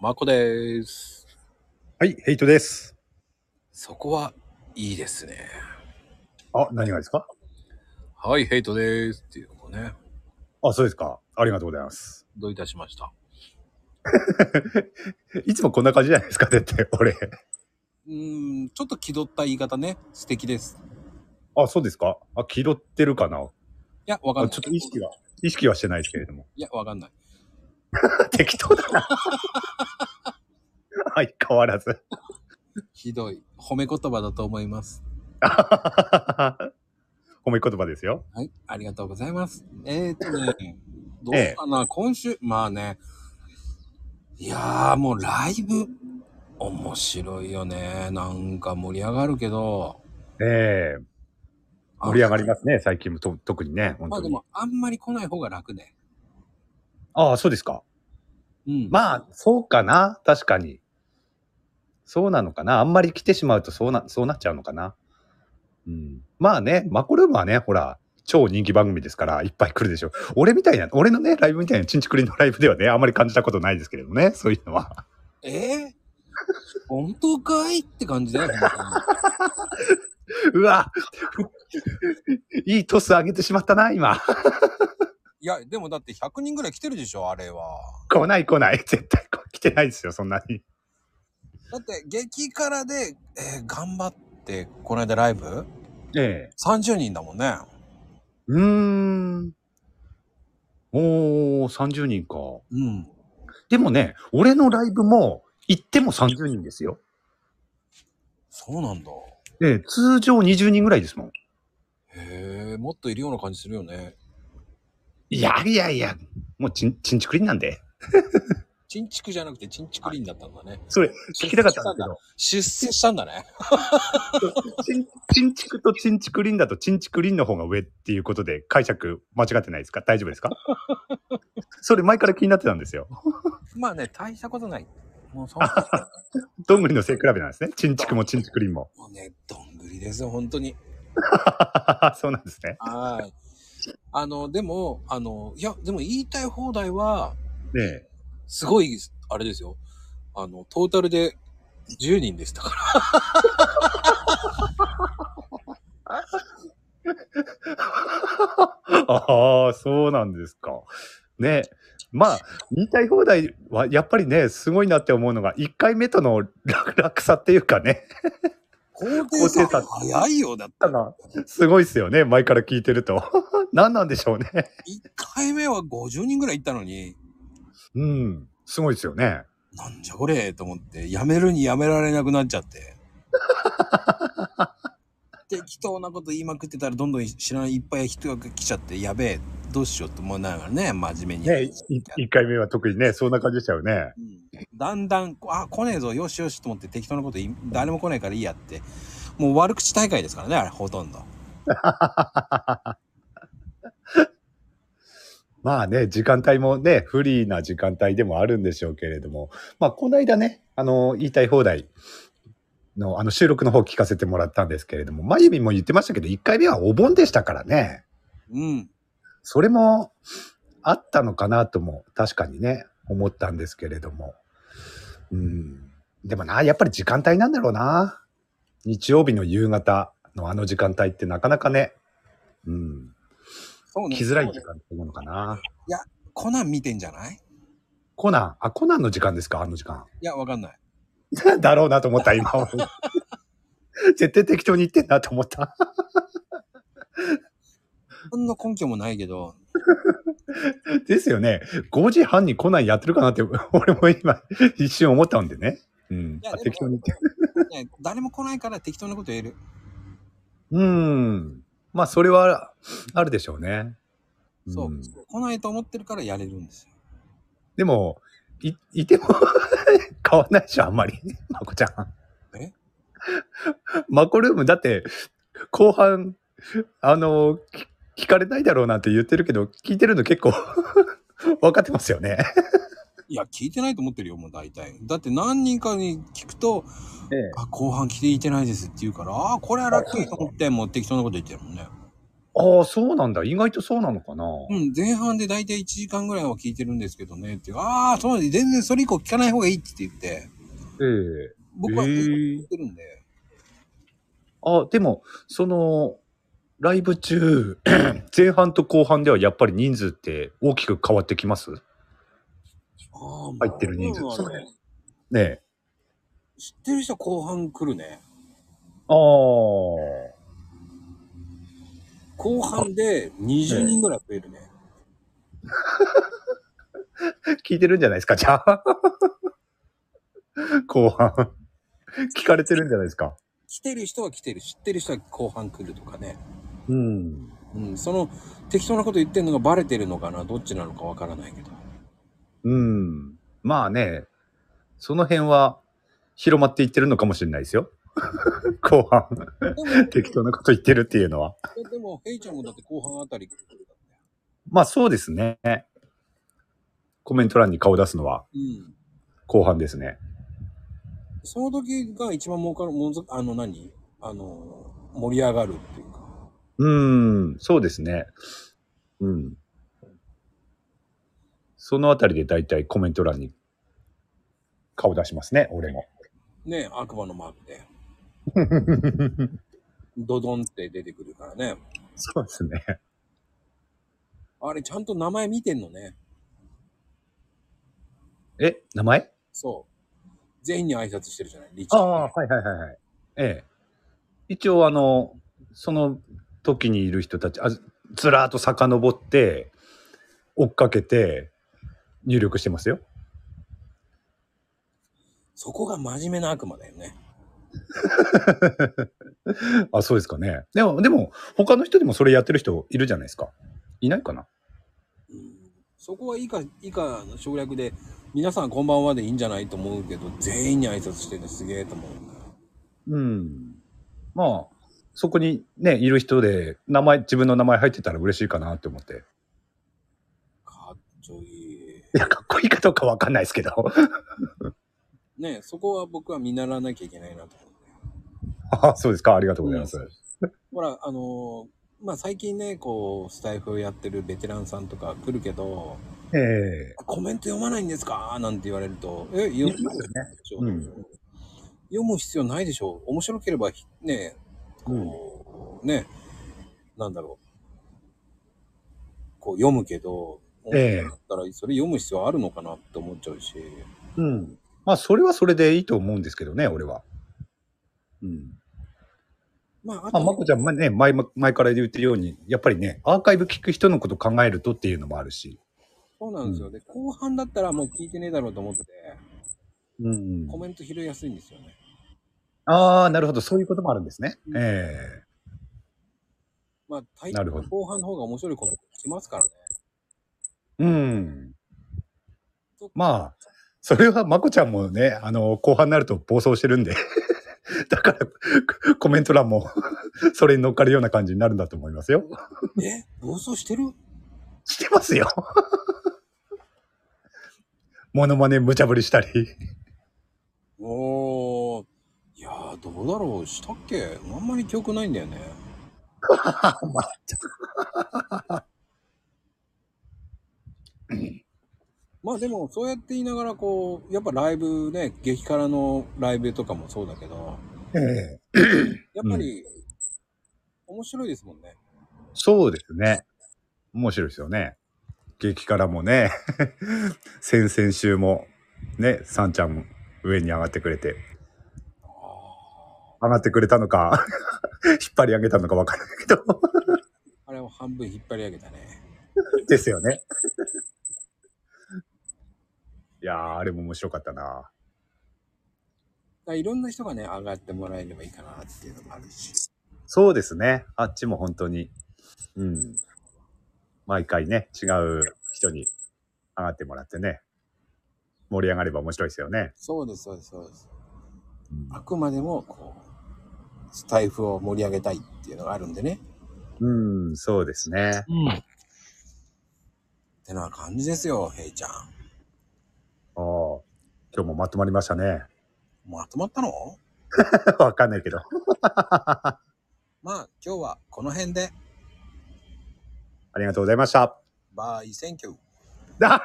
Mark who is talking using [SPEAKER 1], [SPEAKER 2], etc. [SPEAKER 1] マコです。
[SPEAKER 2] はい、ヘイトです。
[SPEAKER 1] そこはいいですね。
[SPEAKER 2] あ、何がですか
[SPEAKER 1] はい、ヘイトです。っていうのもね、
[SPEAKER 2] あ、そうですか。ありがとうございます。
[SPEAKER 1] どういたしました。
[SPEAKER 2] いつもこんな感じじゃないですか、絶対、俺。
[SPEAKER 1] うーん、ちょっと気取った言い方ね、素敵です。
[SPEAKER 2] あ、そうですかあ、気取ってるかない
[SPEAKER 1] や、わかん
[SPEAKER 2] あ
[SPEAKER 1] ない。
[SPEAKER 2] ちょっと意識は、意識はしてないですけれども。
[SPEAKER 1] いや、わかんない。
[SPEAKER 2] 適当だな。 相変わらず。
[SPEAKER 1] ひどい。褒め言葉だと思います。
[SPEAKER 2] 褒め言葉ですよ。
[SPEAKER 1] はい、ありがとうございます。えー、っと ね、どうかな、今週、まあね、いやーもうライブ、面白いよね。なんか盛り上がるけど、
[SPEAKER 2] ええ
[SPEAKER 1] あ
[SPEAKER 2] 盛り上がりますね、最近もと特にね、本
[SPEAKER 1] まあ
[SPEAKER 2] 当
[SPEAKER 1] で
[SPEAKER 2] に。
[SPEAKER 1] も、あんまり来ない方が楽ね。
[SPEAKER 2] ああ、そうですか。
[SPEAKER 1] うん。
[SPEAKER 2] まあ、そうかな。確かに。そうなのかな。あんまり来てしまうとそうな、そうなっちゃうのかな。うん。まあね、マコルームはね、ほら、超人気番組ですから、いっぱい来るでしょう。俺みたいな、俺のね、ライブみたいな、ちんちくりのライブではね、あんまり感じたことないですけれどもね、そういうのは。
[SPEAKER 1] え ー、本当かいって感じだよ。本当に
[SPEAKER 2] うわいいトス上げてしまったな、今。
[SPEAKER 1] いや、でもだって100人ぐらい来てるでしょ、あれは。
[SPEAKER 2] 来ない来ない。絶対来てないですよ、そんなに。
[SPEAKER 1] だって、激辛で、えー頑張って、この間ライブ
[SPEAKER 2] ええ。
[SPEAKER 1] ?30 人だもんね。
[SPEAKER 2] うーん。おー、30人か。
[SPEAKER 1] うん。
[SPEAKER 2] でもね、俺のライブも行っても30人ですよ。
[SPEAKER 1] そうなんだ。
[SPEAKER 2] ええ、通常20人ぐらいですもん。
[SPEAKER 1] へえ、もっといるような感じするよね。
[SPEAKER 2] いやいやいや、もうちん、ちんちくりんなんで。
[SPEAKER 1] チンチクじゃなくて、チンチクリンだったんだね。
[SPEAKER 2] それ、聞きたかったんだ
[SPEAKER 1] 出世したんだね。
[SPEAKER 2] けど、ちん、ちんちくとちんちくりんだと、ちんちくりんの方が上っていうことで解釈間違ってないですか大丈夫ですかそれ前から気になってたんですよ。
[SPEAKER 1] まあね、大したことない。もうそん な
[SPEAKER 2] どんぐりの背比べなんですね。ちんちくもちんちくりんも。
[SPEAKER 1] もうね、どんぐりですよ、本当に。
[SPEAKER 2] そうなんですね。
[SPEAKER 1] はい。あの、でも、あの、いや、でも言いたい放題は、
[SPEAKER 2] ねえ。
[SPEAKER 1] すごい、あれですよ。あの、トータルで10人でしたから。
[SPEAKER 2] ああ、そうなんですか。ね。まあ、言いたい放題は、やっぱりね、すごいなって思うのが、1回目との楽楽さっていうかね、
[SPEAKER 1] 高
[SPEAKER 2] 低差
[SPEAKER 1] 早いよ。だって、
[SPEAKER 2] すごいですよね、前から聞いてると。何なんでしょうね。
[SPEAKER 1] 1回目は50人ぐらい行ったのに、
[SPEAKER 2] うん、すごいですよね。
[SPEAKER 1] なんじゃこれと思って、やめるにやめられなくなっちゃ って。適当なこと言いまくってたら、どんどん知らないいっぱい人が来ちゃって、やべえ、どうしようと思いながらね、真面目に。
[SPEAKER 2] ね、1回目は特にね、そんな感じでしたよね。
[SPEAKER 1] うんだんだん、こあ、来ねえぞ、よしよしと思って適当なこと言い、誰も来ないからいいやって。もう悪口大会ですからね、あれ、ほとんど。
[SPEAKER 2] まあね、時間帯もね、フリーな時間帯でもあるんでしょうけれども、まあ、この間ね、あの、言いたい放題の、あの、収録の方聞かせてもらったんですけれども、まゆみも言ってましたけど、1回目はお盆でしたからね、
[SPEAKER 1] うん。
[SPEAKER 2] それもあったのかなとも、確かにね、思ったんですけれども。うん。でもな、やっぱり時間帯なんだろうな。日曜日の夕方のあの時間帯ってなかなかね、うん、
[SPEAKER 1] そうね。
[SPEAKER 2] 来づらい時間ってなのかな。
[SPEAKER 1] コナン見てんじゃない
[SPEAKER 2] コナン、あ、コナンの時間ですかあの時間。
[SPEAKER 1] いや、わかんない。
[SPEAKER 2] だろうなと思った、今。 絶対適当に言ってんなと思った。
[SPEAKER 1] そんな根拠もないけ ど、
[SPEAKER 2] ですよね。5時半にコナンやってるかなって、 俺も今、一瞬思ったんでね。うん
[SPEAKER 1] いや。でも
[SPEAKER 2] 適当に言って。
[SPEAKER 1] ね、誰も来ないから適当なこと言える。
[SPEAKER 2] うん。まあ、それはあるでしょうね。
[SPEAKER 1] そう。
[SPEAKER 2] ん
[SPEAKER 1] 来ないと思ってるからやれるんですよ。
[SPEAKER 2] でも、い、いても 変わんないでしょ、あんまり。まこちゃん。
[SPEAKER 1] え
[SPEAKER 2] まこルーム、だって、後半、あの、き聞かれないだろうなんて言ってるけど、聞いてるの結構、 分かってますよね。
[SPEAKER 1] いや、聞いてないと思ってるよ、もう大体。だって何人かに聞くと、あ、後半聞いてないですって言うから、あー、これは楽にと思って、もう適当なこと言ってるもんね。
[SPEAKER 2] ああ、そうなんだ。意外とそうなのかな。
[SPEAKER 1] うん、前半で大体1時間ぐらいは聞いてるんですけどねって、ああ、そうなんで全然それ以降聞かない方がいいって言って、
[SPEAKER 2] ええ
[SPEAKER 1] 僕は
[SPEAKER 2] えー
[SPEAKER 1] 聞いてるんで、
[SPEAKER 2] あ、でも、その、ライブ中、 前半と後半ではやっぱり人数って大きく変わってきます
[SPEAKER 1] あー
[SPEAKER 2] 入ってる人数
[SPEAKER 1] まあ
[SPEAKER 2] そう
[SPEAKER 1] ね
[SPEAKER 2] ねえ。
[SPEAKER 1] 知ってる人後半来るね。
[SPEAKER 2] ああ、
[SPEAKER 1] 後半で20人ぐらい増えるね。
[SPEAKER 2] 聞いてるんじゃないですか、 じゃあ。後半。聞かれてるんじゃないですか。
[SPEAKER 1] 来てる人は来てる、知ってる人は後半来るとかね。
[SPEAKER 2] うん。
[SPEAKER 1] うん、その適当なこと言ってるのがバレてるのかな、どっちなのかわからないけど。
[SPEAKER 2] うん。まあね、その辺は広まっていってるのかもしれないですよ。 後半、
[SPEAKER 1] で
[SPEAKER 2] 適当なこと言ってるっていうのは。
[SPEAKER 1] も、でも、ヘイちゃんもだって後半あたり来るからね。
[SPEAKER 2] まあそうですね。コメント欄に顔出すのは
[SPEAKER 1] うん。
[SPEAKER 2] 後半ですね。
[SPEAKER 1] その時が一番儲かる、もずあの何、あの、盛り上がるっていうか。
[SPEAKER 2] うん、そうですね。うん。そのあたりで大体コメント欄に顔出しますね、俺も。
[SPEAKER 1] ね、悪魔のマークで。 ドドンって出てくるからね。
[SPEAKER 2] そうですね。
[SPEAKER 1] あれ、ちゃんと名前見てんのね。
[SPEAKER 2] え、名前
[SPEAKER 1] そう。全員に挨拶してるじゃない、リチ
[SPEAKER 2] あ
[SPEAKER 1] ャ
[SPEAKER 2] あ、
[SPEAKER 1] ー
[SPEAKER 2] はいはいはいはい。ええ。一応、あの、その時にいる人たち、あずずらーっと遡って、追っかけて、入力してますよ。
[SPEAKER 1] そこが真面目な悪魔だよね。
[SPEAKER 2] あ、そうですかね。でも、でも、他の人でもそれやってる人いるじゃないですか。いないかな
[SPEAKER 1] うん、そこは以下、以下の省略で、皆さんこんばんはでいいんじゃないと思うけど、全員に挨拶しててすげえと思う。
[SPEAKER 2] うん。まあ、そこにね、いる人で、名前、自分の名前入ってたら嬉しいかなって思って。
[SPEAKER 1] かっちょいい。
[SPEAKER 2] いや、かっこいいかどうかわかんないですけど。
[SPEAKER 1] ね、そこは僕は見習わなきゃいけないなと思う。
[SPEAKER 2] あそうですか。ありがとうございます。
[SPEAKER 1] ほら、あのーまあ、最近ね、こう、スタイフをやってるベテランさんとか来るけど、
[SPEAKER 2] ええ
[SPEAKER 1] コメント読まないんですかなんて言われると、え、読む
[SPEAKER 2] 言いますよね
[SPEAKER 1] でしょ
[SPEAKER 2] うん
[SPEAKER 1] 読む必要ないでしょう。面白ければひ、ね、こう、ね、なんだろう。こう読むけど、
[SPEAKER 2] ええ
[SPEAKER 1] だったらそれ読む必要あるのかなって思っちゃうし、
[SPEAKER 2] うん。まあ、それはそれでいいと思うんですけどね、俺は。うん。
[SPEAKER 1] まあ、あ
[SPEAKER 2] まあ、ま
[SPEAKER 1] と
[SPEAKER 2] こ、ちゃんもね、前も、前から言ってるように、やっぱりね、アーカイブ聞く人のこと考えるとっていうのもあるし。
[SPEAKER 1] そうなんですよ。で、後半だったらもう聞いてねえだろうと思って、
[SPEAKER 2] うん
[SPEAKER 1] コメント拾いやすいんですよね。
[SPEAKER 2] ああ、なるほど。そういうこともあるんですね。
[SPEAKER 1] うん
[SPEAKER 2] ええ
[SPEAKER 1] まあ、大
[SPEAKER 2] なるほど
[SPEAKER 1] 後半の方が面白いこと来ますからね。
[SPEAKER 2] うん。まあ、それはまこちゃんもね、あの、後半になると暴走してるんで、 だから、コメント欄も、それに乗っかるような感じになるんだと思いますよ。
[SPEAKER 1] え暴走してる
[SPEAKER 2] してますよ。 モノマネ無茶ぶりしたり。
[SPEAKER 1] おー。いやー、どうだろうしたっけあんまり記憶ないんだ よね。まあでも、そうやって言いながら、こう、やっぱライブね、激辛のライブとかもそうだけど、
[SPEAKER 2] ええ
[SPEAKER 1] やっぱり、面白いですもんね。
[SPEAKER 2] そうですね。面白いですよね。激辛もね、 先々週も、ね、さんちゃん上に上がってくれて、上がってくれたのか、 引っ張り上げたのか分からないけど。
[SPEAKER 1] あれを半分引っ張り上げたね。
[SPEAKER 2] ですよね。いやー、あれも面白かったな。
[SPEAKER 1] だからいろんな人がね、上がってもらえればいいかなっていうのもあるし。
[SPEAKER 2] そうですね。あっちも本当に。うん。毎回ね、違う人に上がってもらってね。盛り上がれば面白いですよね。
[SPEAKER 1] そうです、そうです、そうです。あくまでも、こう、スタイフを盛り上げたいっていうのがあるんでね。
[SPEAKER 2] うん、そうですね。
[SPEAKER 1] うん。ってな感じですよ、ヘイちゃん。
[SPEAKER 2] ああ、今日もまとまりましたね。
[SPEAKER 1] まとまったの
[SPEAKER 2] わかんないけど。
[SPEAKER 1] まあ、今日はこの辺で。
[SPEAKER 3] ありがとうございました。
[SPEAKER 2] バイ、センキュー。
[SPEAKER 3] あ